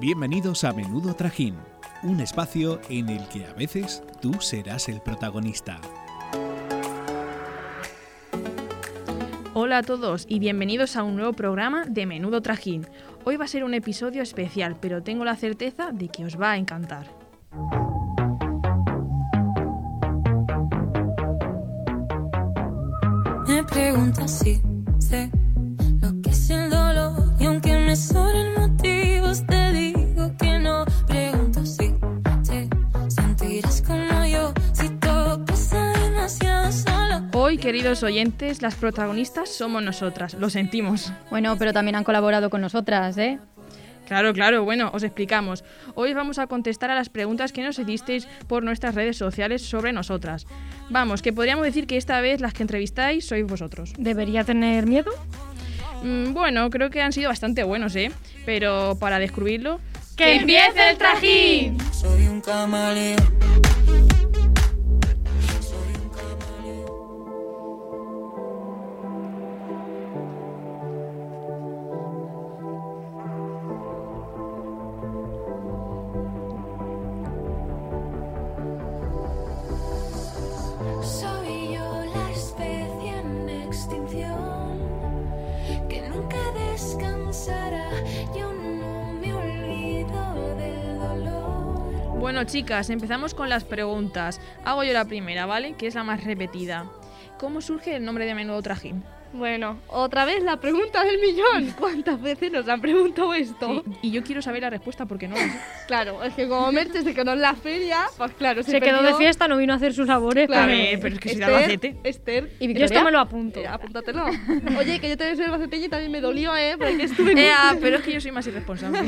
Bienvenidos a Menudo Trajín, un espacio en el que a veces tú serás el protagonista. Hola a todos y bienvenidos a un nuevo programa de Menudo Trajín. Hoy va a ser un episodio especial, pero tengo la certeza de que os va a encantar. Me pregunta si sé lo que es el dolor y aunque me sobren motivos te digo que no. Pregunto si te sentirás como yo si todo pasa demasiado solo. Hoy, queridos oyentes, las protagonistas somos nosotras, lo sentimos. Bueno, pero también han colaborado con nosotras, ¿eh? Claro, claro, bueno, os explicamos. Hoy vamos a contestar a las preguntas que nos hicisteis por nuestras redes sociales sobre nosotras. Vamos, que podríamos decir que esta vez las que entrevistáis sois vosotros. ¿Debería tener miedo? Mm, bueno, creo que han sido bastante buenos, ¿eh? Pero para descubrirlo... ¡Que empiece el trajín! Soy un camaleón. Soy un camaleón. Soy yo la especie en extinción que nunca descansará. Yo no me olvido del dolor. Bueno, chicas, empezamos con las preguntas. Hago yo la primera, ¿vale? Que es la más repetida. ¿Cómo surge el nombre de Menudo Trajín? Bueno, otra vez la pregunta del millón. ¿Cuántas veces nos han preguntado esto? Y yo quiero saber la respuesta porque no la sé. Claro, es que como Merche se quedó en la feria, pues claro, se, se quedó de perdió. fiesta, no vino a hacer sus labores. Claro. A ver, pero es que soy de Esther, Albacete. Esther. ¿Y Yo Victoria? esto me lo apunto. Eh, apúntatelo. Oye, que yo también soy albaceteña y también me dolió, ¿eh? Porque estuve... en- Eh, ah, pero es que yo soy más irresponsable.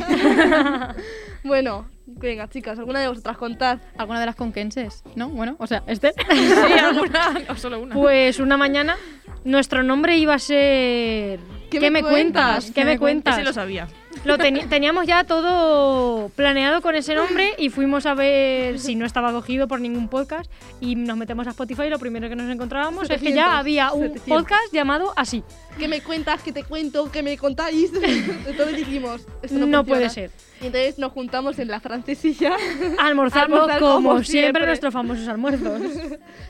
Bueno, venga, chicas, alguna de vosotras contad. Alguna de las conquenses, ¿no? Bueno, o sea, este. sí, alguna, o solo una. Pues una mañana nuestro nombre iba a ser... ¿Qué me me cuentas? cuentas? ¿Qué me cuentas? Ese lo sabía. Lo teni- teníamos ya todo planeado con ese nombre y fuimos a ver si no estaba cogido por ningún podcast y nos metemos a Spotify y lo primero que nos encontrábamos es que 700, ya había un 700. podcast llamado así. ¿Qué me cuentas? ¿Qué te cuento? ¿Qué me contáis? Entonces dijimos, esto no, No funciona. puede ser. Y entonces nos juntamos en la francesilla. Almorzamos Almorzar como, como siempre, siempre. nuestros famosos almuerzos.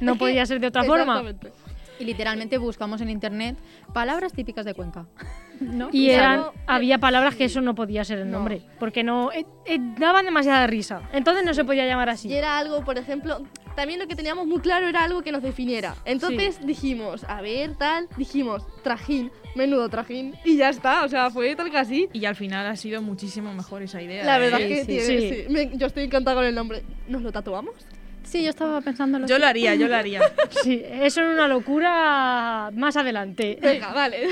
No podía ser de otra forma. Exactamente. Y literalmente buscamos en internet palabras típicas de Cuenca. Y Y eran, algo- había palabras que eso no podía ser el No. nombre, porque no eh, eh, daban demasiada risa. Entonces no se podía llamar Y así. era algo, por ejemplo, también lo que teníamos muy claro era algo que nos definiera. Entonces dijimos, a ver, tal, dijimos, trajín, menudo trajín, y ya está, o sea, fue tal que así. Y al final ha sido muchísimo mejor esa idea. La verdad ¿eh? es que sí, tiene- sí. sí. Me- yo estoy encantada con el nombre. ¿Nos lo tatuamos? Sí, yo estaba pensando Yo lo haría, yo lo haría. Sí, eso era una locura más adelante. Eh, Venga, vale.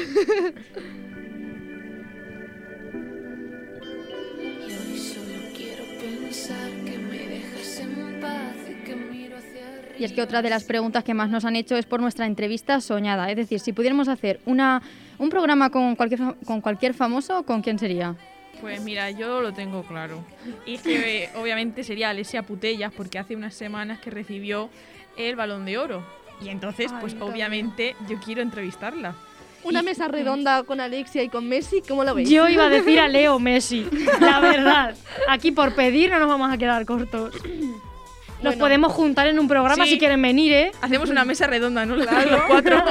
Y hoy solo quiero pensar que me dejas en paz y que miro hacia arriba. Y es que otra de las preguntas que más nos han hecho es por nuestra entrevista soñada. Es decir, si pudiéramos hacer una, un programa con cualquier, fa- con cualquier famoso, ¿con quién sería? Pues mira, yo lo tengo claro. Y es que eh, obviamente sería Alessia Putellas porque hace unas semanas que recibió el Balón de Oro. Y entonces, Ay, pues también. obviamente yo quiero entrevistarla. Una mesa redonda con Alexia y con Messi, ¿cómo lo veis? Yo iba a decir a Leo Messi, la verdad. Aquí por pedir no nos vamos a quedar cortos. Nos Bueno. podemos juntar en un programa Sí. si quieren venir, ¿eh? Hacemos una mesa redonda, ¿no? Los cuatro.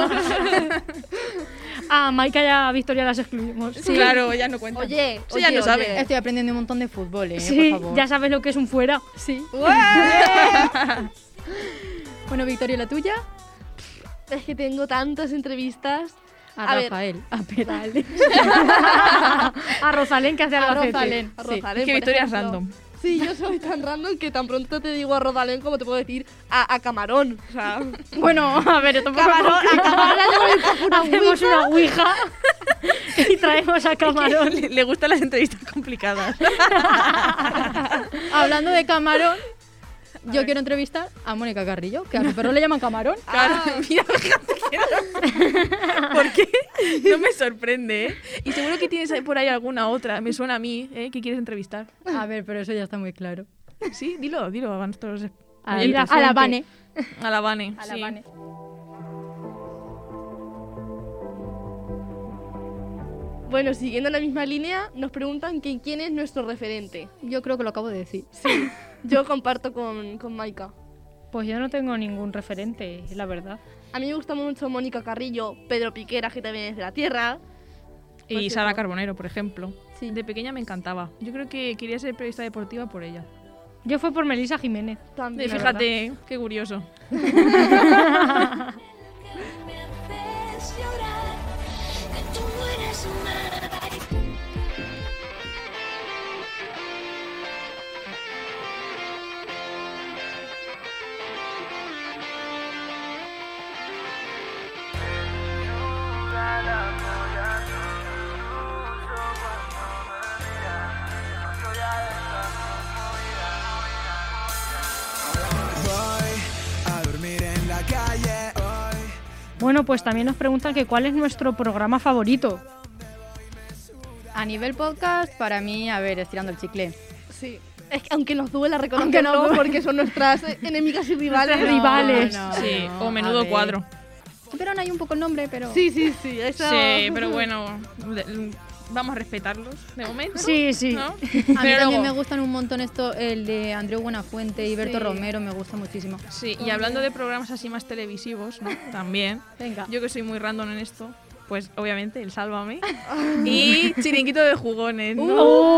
A Maika y a Victoria las excluimos. Claro, ya no cuenta. Oye, Eso ya oye, no sabe. oye. Estoy aprendiendo un montón de fútbol, ¿eh? Sí, Por favor. ya sabes lo que es un fuera. Sí. ¡Ué! Bueno, Victoria, ¿la tuya? es que tengo tantas entrevistas. A, A ver. Rafael. A Peralde. A Rosalén que hace A Albacete. Rosalén. A sí. Rosalén, Es que por Victoria es ejemplo. random. Sí, yo soy tan random que tan pronto te digo a Rodalén como te puedo decir a, a Camarón. O sea, Bueno, a ver, esto Camarón, a Camarón le hago una Hacemos ouija. una ouija y traemos a Camarón. Le, le gustan las entrevistas complicadas. Hablando de camarón, yo quiero entrevistar a Mónica Carrillo, que a su perro le llaman camarón. Claro, mira, fíjate que era- ¿Por qué? No me sorprende, ¿eh? Y seguro que tienes ahí por ahí alguna otra, me suena a mí, ¿eh? Que quieres entrevistar. A ver, pero eso ya está muy claro. Sí, dilo, dilo, a nuestros A, Y la a la fuente. Vane. A la Vane. A la sí. Vane. Bueno, siguiendo la misma línea, nos preguntan que quién es nuestro referente. Yo creo que lo acabo de decir. Yo comparto con, con Maika. Pues yo no tengo ningún referente, la verdad. A mí me gusta mucho Mónica Carrillo, Pedro Piqueras, que también es de la Tierra. Y Sara Carbonero, por ejemplo. Sí. De pequeña me encantaba. Yo creo que quería ser periodista deportiva por ella. Yo fue por Melisa Jiménez. También. Eh, fíjate, qué curioso. Me haces llorar, que tú no eres nada. Voy a dormir en la calle hoy. Bueno, pues también nos preguntan que cuál es nuestro programa favorito. A nivel podcast, para mí, a ver, estirando el chicle. Sí. Es que aunque nos duela Aunque reconocerlo, nos duela. porque son nuestras eh, enemigas y rivales. Nuestras Rivales. sí, no, o a menudo ver. cuadro. Superaron ahí un poco el nombre, pero... Sí, sí, sí. eso- Sí, pero bueno, de- vamos a respetarlos de momento. Sí, sí. ¿no? A mí Pero también me luego- gustan un montón esto, el de Andreu Buenafuente y Berto Sí. Romero, me gusta muchísimo. Sí, y hablando de programas así más televisivos, ¿no? también. Venga. Yo que soy muy random en esto, pues obviamente el Sálvame y Chiringuito de Jugones, ¿no?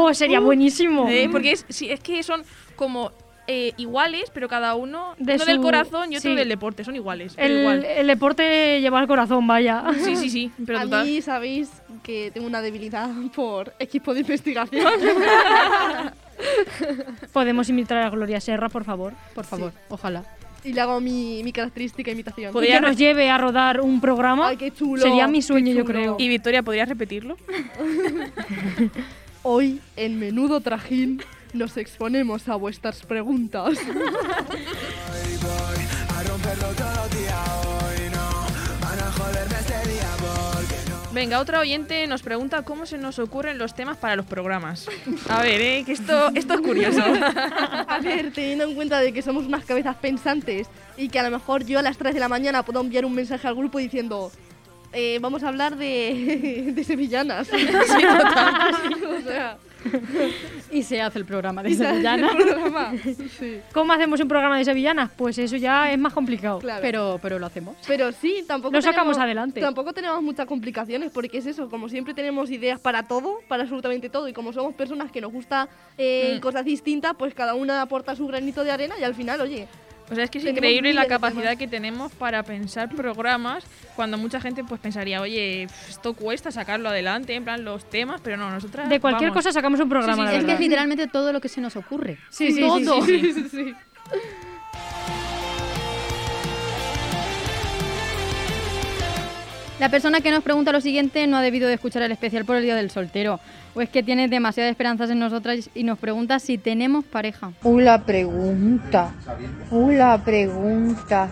¡Oh! Sería buenísimo. Eh, porque es, Uh, sí, es que son como eh, iguales, pero cada uno, De uno del su- corazón y otro sí. del deporte, son iguales. pero el, igual. el deporte lleva al corazón, vaya. Sí, sí, sí, pero a total. mí sabéis que tengo una debilidad por equipo de investigación. Podemos imitar a Gloria Serra, por favor. Por favor, ojalá. y le hago mi, mi característica imitación. Podría- Y que nos lleve a rodar un programa. Ay, qué chulo. Sería mi qué sueño, yo chulo. creo. Y Victoria, ¿podrías repetirlo? Hoy, en Menudo Trajín, nos exponemos a vuestras preguntas. Hoy voy a romperlo todo día. Hoy no van a joderme este día porque no. Venga, otra oyente nos pregunta cómo se nos ocurren los temas para los programas. A ver, eh, que esto, esto es curioso. A ver, teniendo en cuenta de que somos unas cabezas pensantes y que a lo mejor yo a las 3 de la mañana puedo enviar un mensaje al grupo diciendo eh, vamos a hablar de, de sevillanas. o sea, Y se hace el programa de quizás Sevillana. el programa. Sí, ¿Cómo hacemos un programa de sevillanas? Pues eso ya es más complicado. claro. Pero, Pero, pero lo hacemos. pero sí, tampoco Lo sacamos tenemos- adelante. Tampoco tenemos muchas complicaciones porque es eso, como siempre tenemos ideas para todo, para absolutamente todo y como somos personas que nos gusta eh, Mm. cosas distintas, pues cada una aporta su granito de arena y al final, oye, O sea, es que es Tenemos increíble la miles de capacidad temas. que tenemos para pensar programas cuando mucha gente pues pensaría, oye, pf, esto cuesta sacarlo adelante, en plan los temas, pero no, nosotras... De cualquier vamos. cosa sacamos un programa. Sí, la sí, Es que es verdad. literalmente todo lo que se nos ocurre. Sí, sí, sí, todo. sí, sí. La persona que nos pregunta lo siguiente no ha debido de escuchar el especial por el Día del Soltero. O es que tiene demasiadas esperanzas en nosotras y nos pregunta si tenemos pareja. Una pregunta. Una pregunta.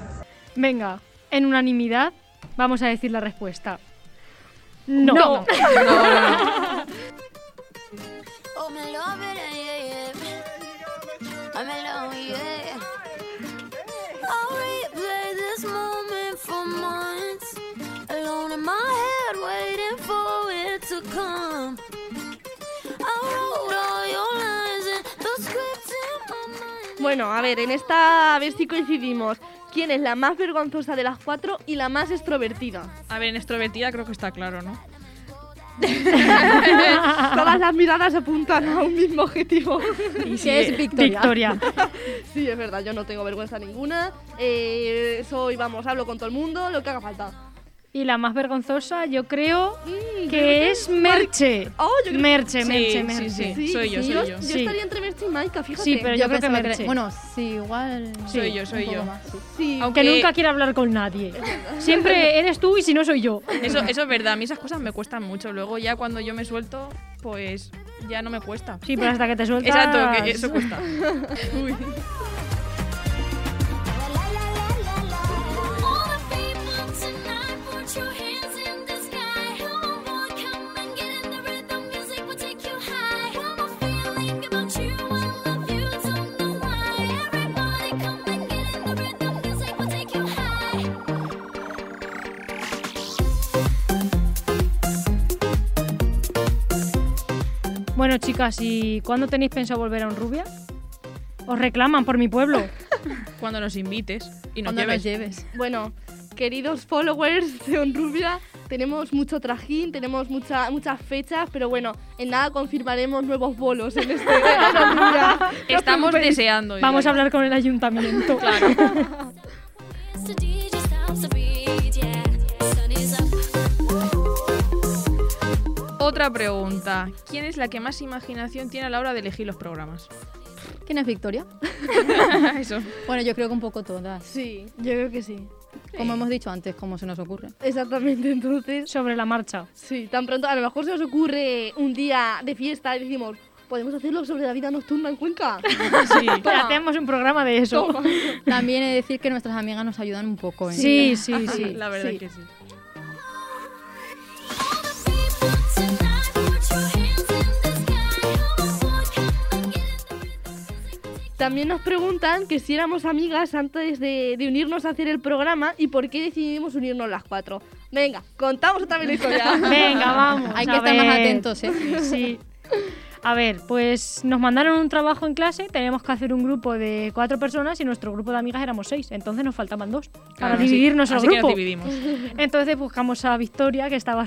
Venga, en unanimidad vamos a decir la respuesta. No. Oh, my love it, yeah, yeah. I'm in love, yeah. I'll replay this moment for months. Alone in my head, waiting for it to come. I wrote all your lines and the script in my mind. Bueno, a ver, en esta, a ver si coincidimos. ¿Quién es la más vergonzosa de las cuatro y la más extrovertida? A ver, en extrovertida creo que está claro, ¿no? Todas las miradas apuntan a un mismo objetivo. Y que es Victoria. eh, Victoria. sí, es verdad, yo no tengo vergüenza ninguna. Eh, soy, vamos, hablo con todo el mundo, lo que haga falta. Y la más vergonzosa, yo creo Mm, creo que es Merche. Oh, yo creo Merche, Sí, Merche, sí, Merche. sí. soy yo, soy yo. yo. Sí. estaría entre Merche y Maika, fíjate. Sí, pero yo, creo que pensaba Merche. Bueno, sí, igual... Soy yo, un soy poco yo. más, sí. Sí, Aunque- que que- nunca quiere hablar con nadie. Siempre eres tú y si no soy yo. Eso, eso es verdad, a mí esas cosas me cuestan mucho. Luego ya cuando yo me suelto, pues ya no me cuesta. Sí, pero hasta que te sueltas. Exacto, que eso cuesta. La, la, la, la, la. All the people tonight, put your hands in the sky. Come on, come and get in the rhythm. Music will take you high. Got a feeling about you. I love you. Don't know why. Everybody, come and get in the rhythm. Music will take you high. Bueno, chicas, ¿y cuándo tenéis pensado volver a un rubia? Os reclaman por mi pueblo. Cuando nos invites y nos Cuando lleves. nos lleves. Bueno, queridos followers de Onrubia, tenemos mucho trajín, tenemos mucha, muchas fechas, pero bueno, en nada confirmaremos nuevos bolos en este en Onrubia. Estamos deseando. Vamos a diría. hablar con el ayuntamiento. It's the DJ's house to beat, yeah. Sun is up. Otra pregunta. ¿Quién es la que más imaginación tiene a la hora de elegir los programas? ¿Quién es Victoria? Eso. Bueno, yo creo que un poco todas. Sí, yo creo que sí. Como hemos dicho antes, como se nos ocurre. Exactamente, entonces. Sobre la marcha. Sí, tan pronto. A lo mejor se nos ocurre un día de fiesta y decimos, podemos hacerlo sobre la vida nocturna en Cuenca. Sí. Hacemos un programa de eso. También he de decir que nuestras amigas nos ayudan un poco. ¿eh? Sí, sí, sí. La verdad sí. que sí. Tonight, put your hands in the sky. También nos preguntan que si éramos amigas antes de, de unirnos a hacer el programa y por qué decidimos unirnos las cuatro. Venga, contamos otra vez la historia. Venga, vamos. Hay a que estar más ver. atentos, ¿eh? Sí. A ver, pues nos mandaron un trabajo en clase, teníamos que hacer un grupo de cuatro personas y nuestro grupo de amigas éramos seis, entonces nos faltaban dos para Claro, así- dividirnos así el que nos grupo. dividimos. Entonces buscamos a Victoria, que estaba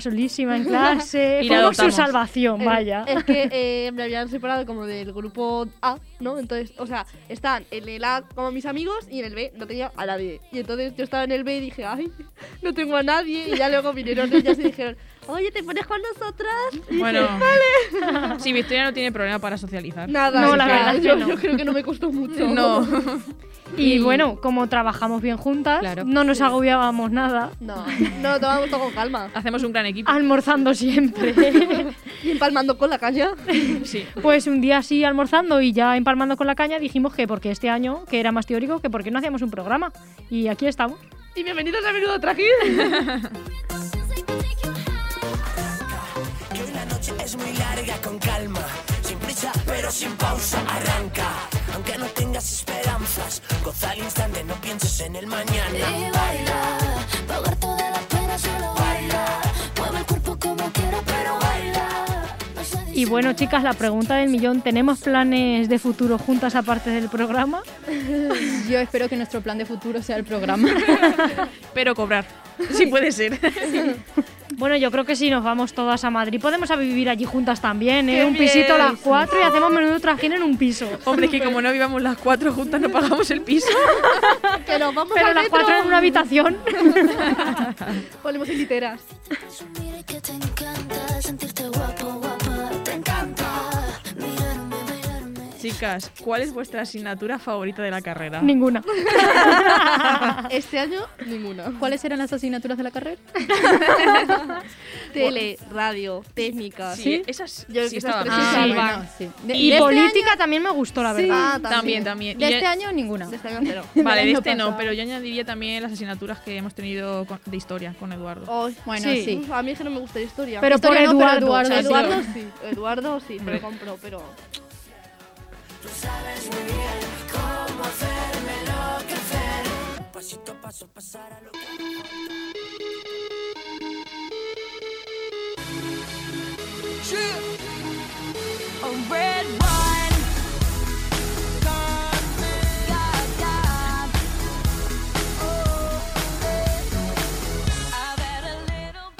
solísima en clase, Y la fuimos su adoptamos. salvación, Eh, vaya. Es que eh, me habían separado como del grupo A, ¿no? Entonces, o sea, están en el A como mis amigos y en el B no tenía a nadie. Y entonces yo estaba en el B y dije, ay, no tengo a nadie. Y ya luego vinieron ellas y dijeron, oye, ¿te pones con nosotras? Y Bueno. dije, Sí, Victoria no tiene problema para socializar. nada, No, o la sea, verdad es que yo, no. yo creo que no me costó mucho. No. Y, Y- bueno, como trabajamos bien juntas, Claro. no nos agobiábamos nada, No, no, tomamos todo con calma. Hacemos un gran equipo. almorzando siempre. Y empalmando con la caña. Sí. Pues un día así almorzando y ya empalmando con la caña dijimos que porque este año, que era más teórico, que por qué no hacíamos un programa. Y aquí estamos. Y bienvenidos a Menudo Trajín. Que hoy la noche es muy larga con calma, sin prisa pero sin pausa arranca. Aunque no tengas esperanzas, goza el instante, no pienses en el mañana. Y baila, pagar todas las penas, solo baila. Mueve el cuerpo como quiera, pero baila. No se Y bueno, chicas, la pregunta del millón, ¿tenemos planes de futuro juntas aparte del programa? Yo espero que nuestro plan de futuro sea el programa. Pero cobrar. Sí puede ser. Bueno, yo creo que si nos vamos todas a Madrid podemos a vivir allí juntas también, ¿eh? Qué Un pisito a bien. las cuatro y hacemos menudo trajín en un piso. Hombre, es que como no vivamos las cuatro juntas, no pagamos el piso. Que nos vamos Pero al las metro. cuatro en una habitación. Ponemos en literas. dice, mira que te encanta sentirte guapo, guapa. Te encanta mirarme, bailarme. Chicas, ¿cuál es vuestra asignatura favorita de la carrera? Ninguna. Ah. Este año, ninguna. ¿Cuáles eran las asignaturas de la carrera? Tele, radio, técnicas. Sí, esas Yo creo sí que esas estaban. Ah, tres se sí, salvan. bueno. Ah, bueno, sí. De- Y de este política también me gustó, la verdad. Ah, También, también. año- de Y este ya- año ninguna. De este año entero. Vale, de Del año este no, pasado. pero yo añadiría también las asignaturas que hemos tenido con- de historia con Eduardo. Ay, Bueno, sí. sí. Uf, A mí es que no me gusta la historia. Pero por Historia no, pero Eduardo. sea, Eduardo, sí. Eduardo sí. Eduardo sí, me Hombre. lo compro, pero. Pasito a paso, pasar a lo que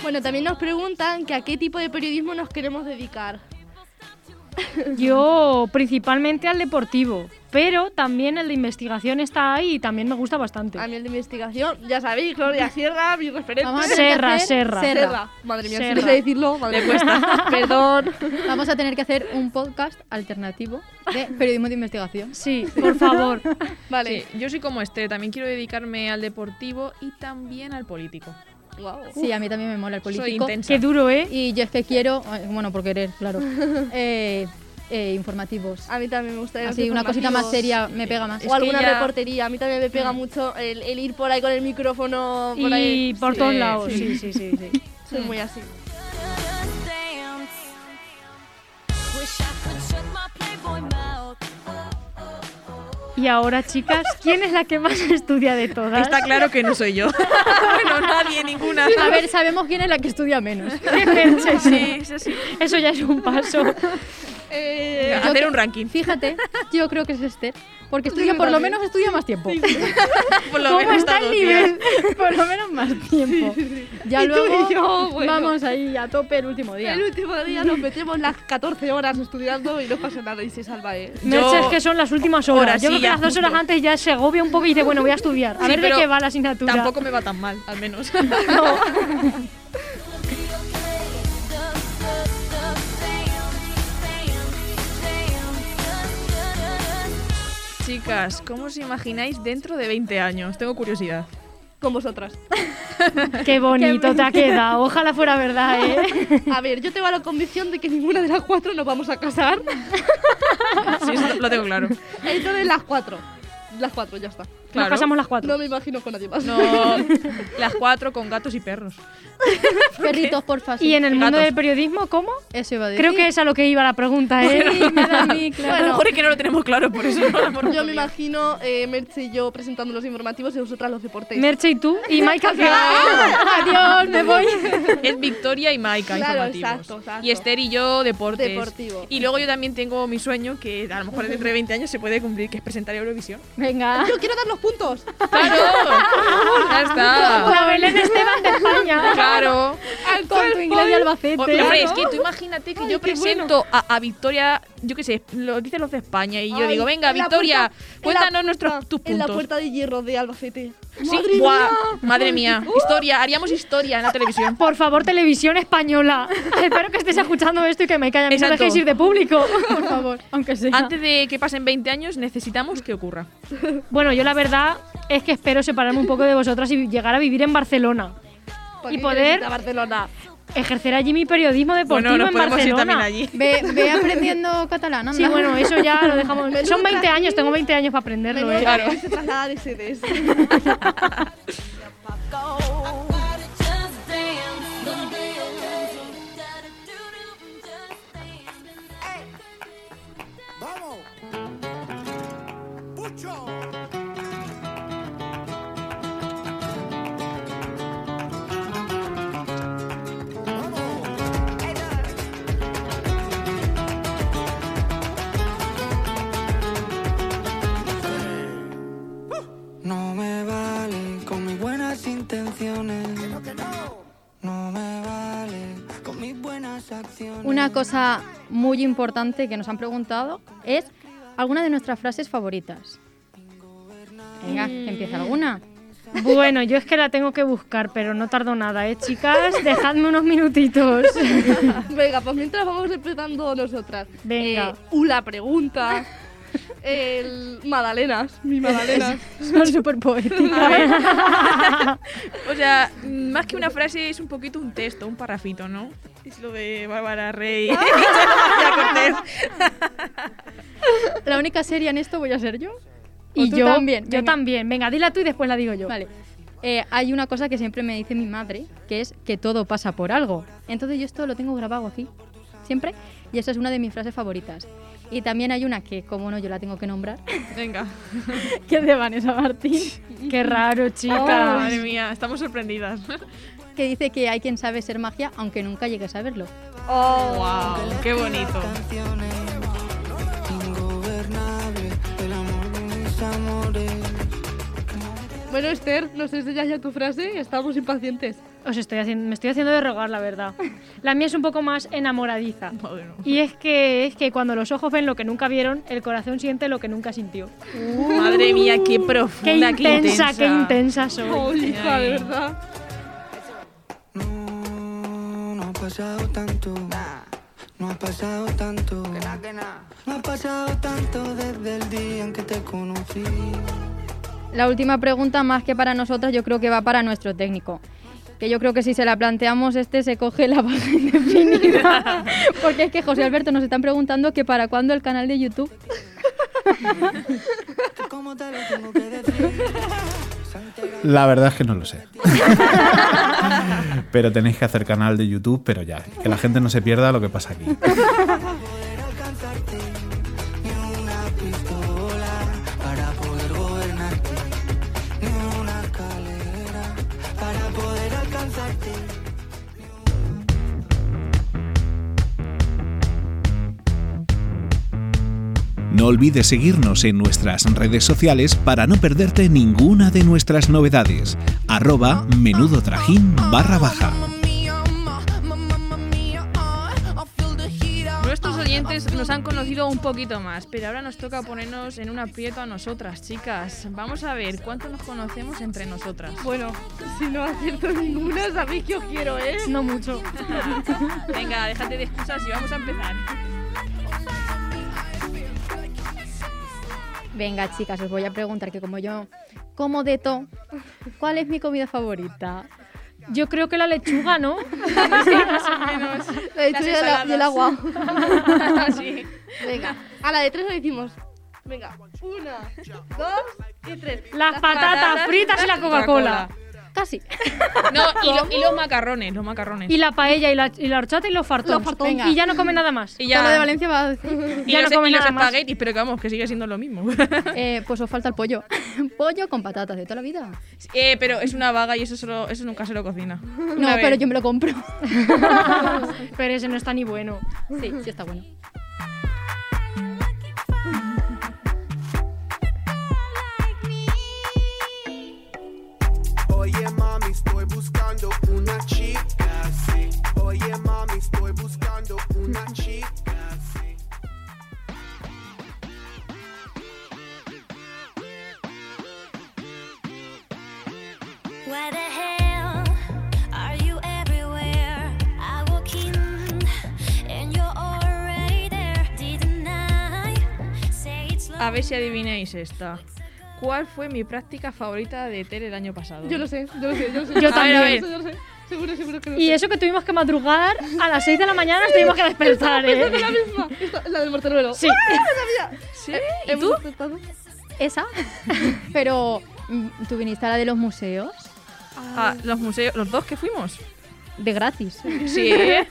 Bueno, también nos preguntan que a qué tipo de periodismo nos queremos dedicar. Yo principalmente al deportivo, pero también el de investigación está ahí y también me gusta bastante. A mí el de investigación, ya sabéis, Gloria Sierra, mi referente. Vamos a tener que Serra, hacer- Serra. Serra. Madre mía, si Serra. no sé decirlo, madre mía. Perdón. Vamos a tener que hacer un podcast alternativo de periodismo de investigación. Sí, por favor. Vale. Sí, yo soy como Esther, también quiero dedicarme al deportivo y también al político. Guau. Sí, a mí también me mola el Soy político. intensa. Qué duro, ¿eh? Y yo es que quiero, eh, bueno, por querer, claro, eh, eh, informativos. A mí también me gusta. los Así, una cosita más informativos. seria me pega más. Es o que alguna ya- reportería. A mí también me pega mucho el, el ir por ahí con el micrófono. Por Y ahí. por Sí, todos lados. sí. Sí, sí, sí. sí. Soy muy así. Wish I could shut my playboy mouth. Y ahora, chicas, ¿quién es la que más estudia de todas? Está claro que no soy yo. bueno, nadie, ninguna. A ver, sabemos quién es la que estudia menos. Qué percha, sí. Sí, sí, sí. Eso ya es un paso. Eh, hacer que- un ranking. Fíjate, yo creo que es Esther. Porque estudia, por lo menos estudia más tiempo. Por lo ¿Cómo menos está el todos, tío. nivel? Por lo menos más tiempo. Ya Y tú luego y yo, bueno. vamos ahí a tope el último día. el último día nos metemos las 14 horas estudiando y no pasa nada y se salva, ¿eh? Yo- Merche, es que son las últimas horas. Horas, Yo sí, creo que ya, las dos justo. horas antes ya se agobia un poco y dice, bueno, voy a estudiar. A Sí, ver de pero qué va la asignatura. Tampoco me va tan mal, al menos. Chicas, ¿cómo os imagináis dentro de 20 años? Tengo curiosidad. Con vosotras. Qué bonito te ha quedado. Ojalá fuera verdad, ¿eh? A ver, yo tengo la convicción de que ninguna de las cuatro nos vamos a casar. Sí, eso lo tengo claro. Entonces las cuatro. Las cuatro, ya está. Nos Claro. pasamos las cuatro. No me imagino con nadie más. No, las cuatro con gatos y perros. Perritos, porfa. sí. y en el mundo Gatos. del periodismo, ¿cómo? Eso iba a decir. Creo que es a lo que iba la pregunta, ¿eh? Sí, me da a mí, A lo claro. mejor es que no lo tenemos claro, por eso no lo hemos Yo me respondido. imagino eh, Merche y yo presentando los informativos y vosotras los deportes. Merche y tú y Maika. que- Adiós, me voy. Es Victoria y Maika Claro, informativos. exacto, exacto. Y Esther y yo deportes. Deportivo. Y luego yo también tengo mi sueño que a lo mejor dentro de 20 años se puede cumplir, que es presentar Eurovisión. Venga. Yo quiero dar los puntos. Claro. ya está. La Belén Esteban de España. Claro. Con tu inglés de Albacete. Hombre, es que tú imagínate que yo presento a, a Victoria, yo qué sé, lo dicen los de España y yo Ay, digo, venga, en la Victoria, puerta- en la cuéntanos puerta- nuestros tus En la puntos. puerta de hierro de Albacete. Sí, guau, madre mía, Uh. historia, haríamos historia en la televisión. Por favor, televisión española. Espero que estés escuchando esto y que me callen. No Exacto. dejéis ir de público. Ah, Por favor, aunque sea. Antes de que pasen 20 años necesitamos que ocurra. Bueno, yo la verdad es que espero separarme un poco de vosotras y llegar a vivir en Barcelona. Pues ¿Para Y qué poder- quieres ir a Barcelona. Ejercer allí mi periodismo deportivo nos en podemos Barcelona. ir también allí. Ve, ve aprendiendo catalán, anda. Sí, bueno, eso ya lo dejamos. Menudo Son 20 trajín. años, tengo 20 años para aprenderlo, Menudo ¿eh? que se traslada de sedes. ¡Vamos! ¡Pucho! ¡Vamos! No me vale con mis buenas intenciones. No me vale con mis buenas acciones. Una cosa muy importante que nos han preguntado es alguna de nuestras frases favoritas. Venga, que empieza alguna. Bueno, yo es que la tengo que buscar, pero no tardo nada, ¿eh, chicas? Dejadme unos minutitos. Venga, pues mientras vamos empezando nosotras. Eh, Venga. una pregunta. El Madalenas, mi Madalenas. Son súper poéticas. O sea, mm, más que una frase es un poquito un texto, un parrafito, ¿no? Es lo de Bárbara Rey. Ah. Ya cortés. La única seria en esto voy a ser yo. ¿O Y tú yo también. Yo Venga. también. Venga, dila tú y después la digo yo. Vale. Eh, hay una cosa que siempre me dice mi madre, que es que todo pasa por algo. Entonces yo esto lo tengo grabado aquí, siempre, y esa es una de mis frases favoritas. Y también hay una que, como no, yo la tengo que nombrar, Venga. que es de Vanessa Martín, Qué Oh, raro, chicas. Madre mía, estamos sorprendidas. que dice que hay quien sabe ser magia, aunque nunca llegue a saberlo. Oh, wow, qué bonito. Canciones. Ingobernable, el amor de mis amores. Bueno, Esther, nos enseñas ya tu frase. Estamos impacientes. Os estoy haciendo, me estoy haciendo de rogar, la verdad. La mía es un poco más enamoradiza. Madre no. Y es que, es que cuando los ojos ven lo que nunca vieron, el corazón siente lo que nunca sintió. Madre mía, qué Uh. Qué profunda, qué intensa, qué intensa soy. Oh, hija, ay. de verdad. No, no ha pasado tanto. No ha pasado tanto. No ha pasado tanto desde el día en que te conocí. La última pregunta, más que para nosotras, yo creo que va para nuestro técnico. Que yo creo que si se la planteamos, este se coge la baja indefinida. Porque es que José Alberto nos están preguntando que para cuándo el canal de YouTube. ¿Cómo te lo tengo que decir? Se ha enterado. La verdad es que no lo sé. pero tenéis que hacer canal de YouTube, pero ya, que la gente no se pierda lo que pasa aquí. alcanzarte ni una pistola para poder gobernarte ni una escalera para poder alcanzarte olvides seguirnos en nuestras redes sociales para no perderte ninguna de nuestras novedades. Arroba menudo trajín barra baja. Nuestros oyentes nos han conocido un poquito más, pero ahora nos toca ponernos en un aprieto a nosotras, chicas. Vamos a ver cuánto nos conocemos entre nosotras. Bueno, si no acierto ninguna, sabéis que os quiero, ¿eh? No mucho. Venga, déjate de excusas y vamos a empezar. Venga, chicas, os voy a preguntar que como yo como de todo, ¿cuál es mi comida favorita? Yo creo que la lechuga, ¿no? La de Las tuyo y la- y el agua. Sí. Venga, a la de tres lo decimos. Venga, una, dos y tres. Las patatas fritas y la Coca-Cola. Casi. No, y, lo- y los macarrones, los macarrones. Y la paella y la, y la horchata y los fartons. Los fartons. Venga. Y ya no come nada más. Y Todo de ya, Valencia va a decir. y ya los, no come y los nada más. espaguetis, pero que vamos, que sigue siendo lo mismo. Eh, pues os falta el pollo. pollo con patatas de toda la vida. Eh, pero es una vaga y eso solo, eso nunca se lo cocina. No, A ver. pero yo me lo compro. Pero ese no está ni bueno. sí, sí está bueno. Oye mami, estoy buscando una chica, sí. Oye mami, estoy buscando una chica, sí. Where the hell are you everywhere? I walk in and you're already there. Didn't I say it's A ver si adivináis esta. ¿Cuál fue mi práctica favorita de TEL el año pasado? Yo lo sé, yo lo sé, yo lo sé. Yo A ver, también. a ver, yo lo sé. Seguro, seguro que lo Y sé. eso que tuvimos que madrugar a las 6 de la mañana, nos tuvimos que despertar, ¿eh? La misma. Esta, la del morteruelo. Sí. ¿Sí? ¿Y tú? Intentado. Esa. pero mm, tú viniste a la de los museos Ah, los museos, los dos que fuimos. de gratis. Sí. ¿eh?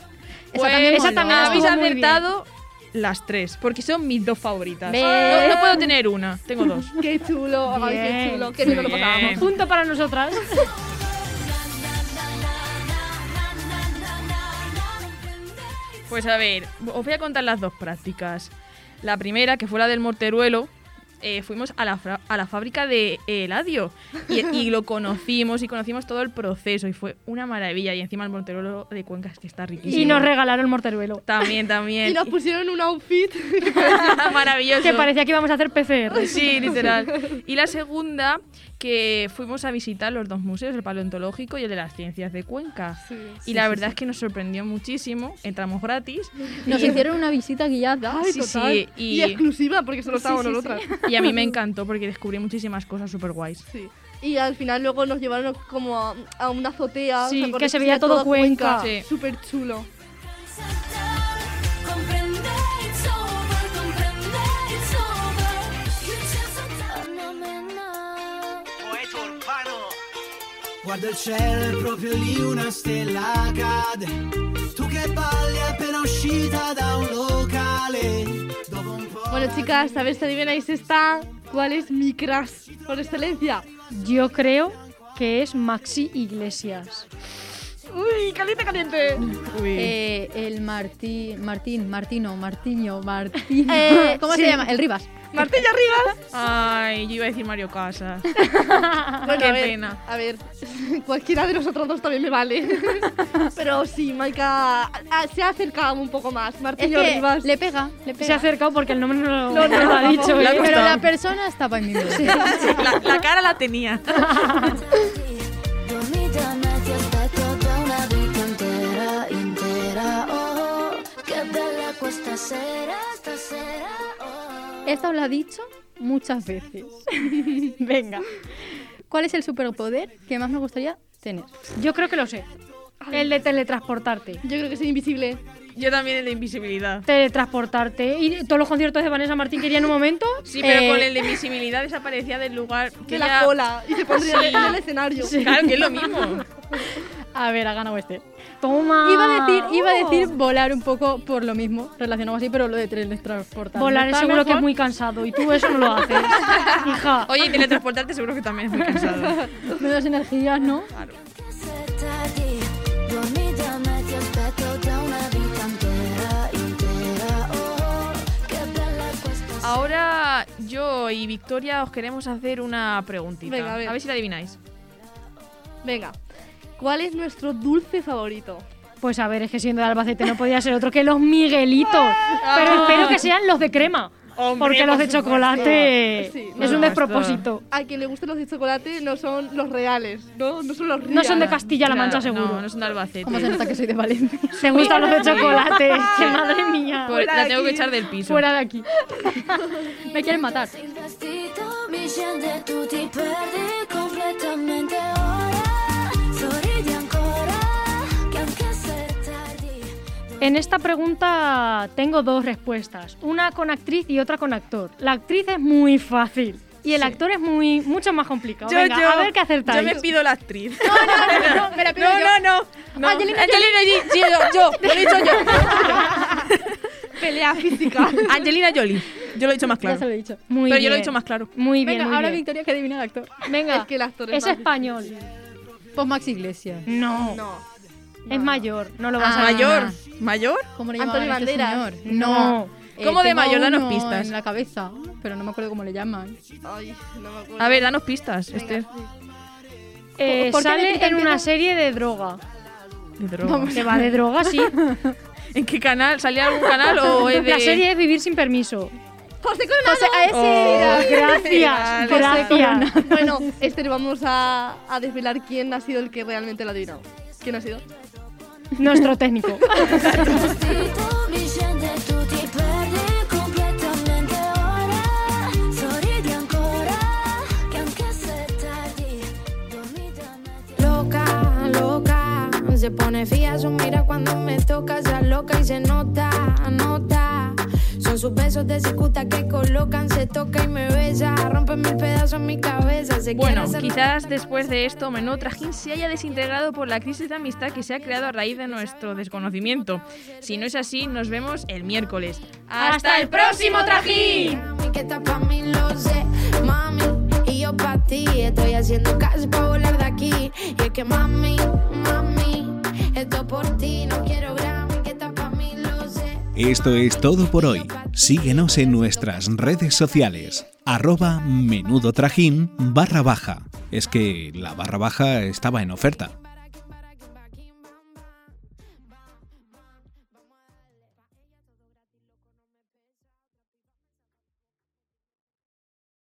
Pues, también esa moló. también habéis estuvo muy acertado las tres, porque son mis dos favoritas. Ve. No, no puedo tener una, tengo dos. Qué chulo, ay, qué Bien. chulo. Qué bien lo Bien. pasábamos. Punto para nosotras. Pues a ver, os voy a contar las dos prácticas. La primera, que fue la del morteruelo, eh, fuimos a la, fra- a la fábrica de eh, Eladio y, y lo conocimos y conocimos todo el proceso y fue una maravilla. Y encima el morteruelo de Cuenca es que está riquísimo. Y nos regalaron morteruelo. También, también. Y nos pusieron un outfit. Maravilloso. Que parecía que íbamos a hacer PCR. Pues Sí, literal. Y la segunda, que fuimos a visitar los dos museos, el paleontológico y el de las ciencias de Cuenca. y la verdad es que nos sorprendió muchísimo, entramos gratis. Nos hicieron una visita guiada. Ay, Sí, total. sí, y- y exclusiva, porque solo estábamos nosotras. Y a mí me encantó porque descubrí muchísimas cosas súper guays. Sí. Y al final luego nos llevaron como a, a una azotea. Sí, o sea, con que se vista veía a todo toda Cuenca. Sí. Súper chulo. Poeta urbano. Guardo il cielo e proprio lì una stella cade. Tu che balli appena uscita da un locale. Dopo un po'. Bueno, chicas, a ver si adivináis esta. ¿Cuál es mi crush por excelencia? Yo creo que es Maxi Iglesias. Uy, caliente, caliente. Eh, el Martí, Martín, Martino, Martiño, Martín. Eh, ¿Cómo sí. se llama? El Rivas. Martilla arriba. Ay, yo iba a decir Mario Casas. Bueno, Qué a ver, pena. A ver, cualquiera de nosotros dos también me vale. Pero sí, Maika ah, se ha acercado un poco más. Es Martillo que Rivas. le pega, le pega. Se ha acercado porque el nombre no lo, no lo ha dicho. Le ha ¿eh? Pero costado. la persona estaba en mi mente. La, la cara la tenía. Dormida nadie está toda una vida entera, entera, oh, que de la cuesta será, esta será, oh. Esta os la he dicho muchas veces. Venga. ¿Cuál es el superpoder que más me gustaría tener? Yo creo que lo sé. El de teletransportarte. Yo creo que soy invisible. Yo también el de invisibilidad. Teletransportarte. Y todos los conciertos de Vanessa Martín quería en un momento. Sí, pero Eh, con el de invisibilidad desaparecía del lugar que De la ya- cola. Y se pondría Sí. en el escenario. Claro que es lo mismo. A ver, ha ganado este. Toma. Iba a decir, iba a decir Oh. volar un poco por lo mismo, relacionado así, pero lo de teletransportar. Volar ¿Está seguro que es mejor? muy cansado y tú eso no lo haces. Hija. Oye, y teletransportarte seguro que también es muy cansado. Nuevas energías, ¿no? Dormida nadie está toda una vida entera, entera, oh, que de la cuesta Ahora Pablo y Victoria, os queremos hacer una preguntita. Venga, a ver. si la adivináis. Venga, ¿cuál es nuestro dulce favorito? Pues a ver, es que siendo de Albacete no podía ser otro que los Miguelitos. Pero espero que sean los de crema. porque los de chocolate Sí, es no, un no, despropósito. A quien le gusten los de chocolate no son los reales, ¿no? No son los No son de reales. Castilla-La Mancha, Claro, seguro. No, no son de Albacete. Pues ¿Cómo se nota que soy de Valencia? ¿Te gustan los de Sí. chocolate? ¡Qué madre mía! Por- la tengo que echar del piso. Fuera de aquí. Me quieren matar. vestito vigente tu ti perdi completamente ora sorridi ancora che anche se è tardi En esta pregunta tengo dos respuestas, una con actriz y otra con actor. La actriz es muy fácil y el actor es muy mucho más complicado. Venga, a ver qué Yo acertáis. me pido la actriz. No, me la pido No, yo. no, no. no. Angelina Angelina Jolie. Sí, yo, yo. Lo he dicho yo. Pelea física. Angelina Jolie. Yo lo he dicho más Ya se lo claro. he dicho. Muy Pero yo lo he bien. dicho más claro. Muy bien, Venga, muy ahora bien. Victoria que adivina el actor. Venga, Es que el actor es es más español. Pues Max Iglesias. No, No. es mayor, no lo vas Ah. a Mayor. ¿Mayor? ¿Cómo le Antonio llaman a este Banderas. señor? No. ¿Cómo de Eh, tengo mayor? Danos uno pistas. En la cabeza, pero no me acuerdo cómo le llaman. Ay, no me acuerdo. A ver, danos pistas, Venga, Esther. sí. Eh, ¿Por qué sale letrita en una empieza? serie de droga. De droga. Que va de droga, sí. ¿En qué canal? ¿Salía algún canal o es de.? La serie es Vivir sin permiso. José Coronado. a ese era. Gracias, Vale. gracias. Bueno, Esther, vamos a, a desvelar quién ha sido el que realmente lo ha adivinado. ¿Quién ha sido? Nuestro técnico. vestito vigente tu ti perdi completamente ora sorridi ancora che anche se è tardi Loca, loca, se pone fija su mira cuando me toca, se loca y se nota, nota. Son sus besos de cicuta que colocan, se toca y me besa, rompe mil pedazos en mi cabeza. Se quiere Bueno, hacer- quizás después de esto, Menudo Trajín se haya desintegrado por la crisis de amistad que se ha creado a raíz de nuestro desconocimiento. Si no es así, nos vemos el miércoles. ¡Hasta el próximo Trajín! Mami, que estás pa' mí, lo sé, mami, y yo pa' ti. Estoy haciendo caso pa' volar de aquí. Y es que mami, mami, esto por ti, no quiero Grammy, que estás pa' mí, lo sé. Esto es todo por hoy. Síguenos en nuestras redes sociales. Arroba menudo trajín barra baja. Es que la barra baja estaba en oferta.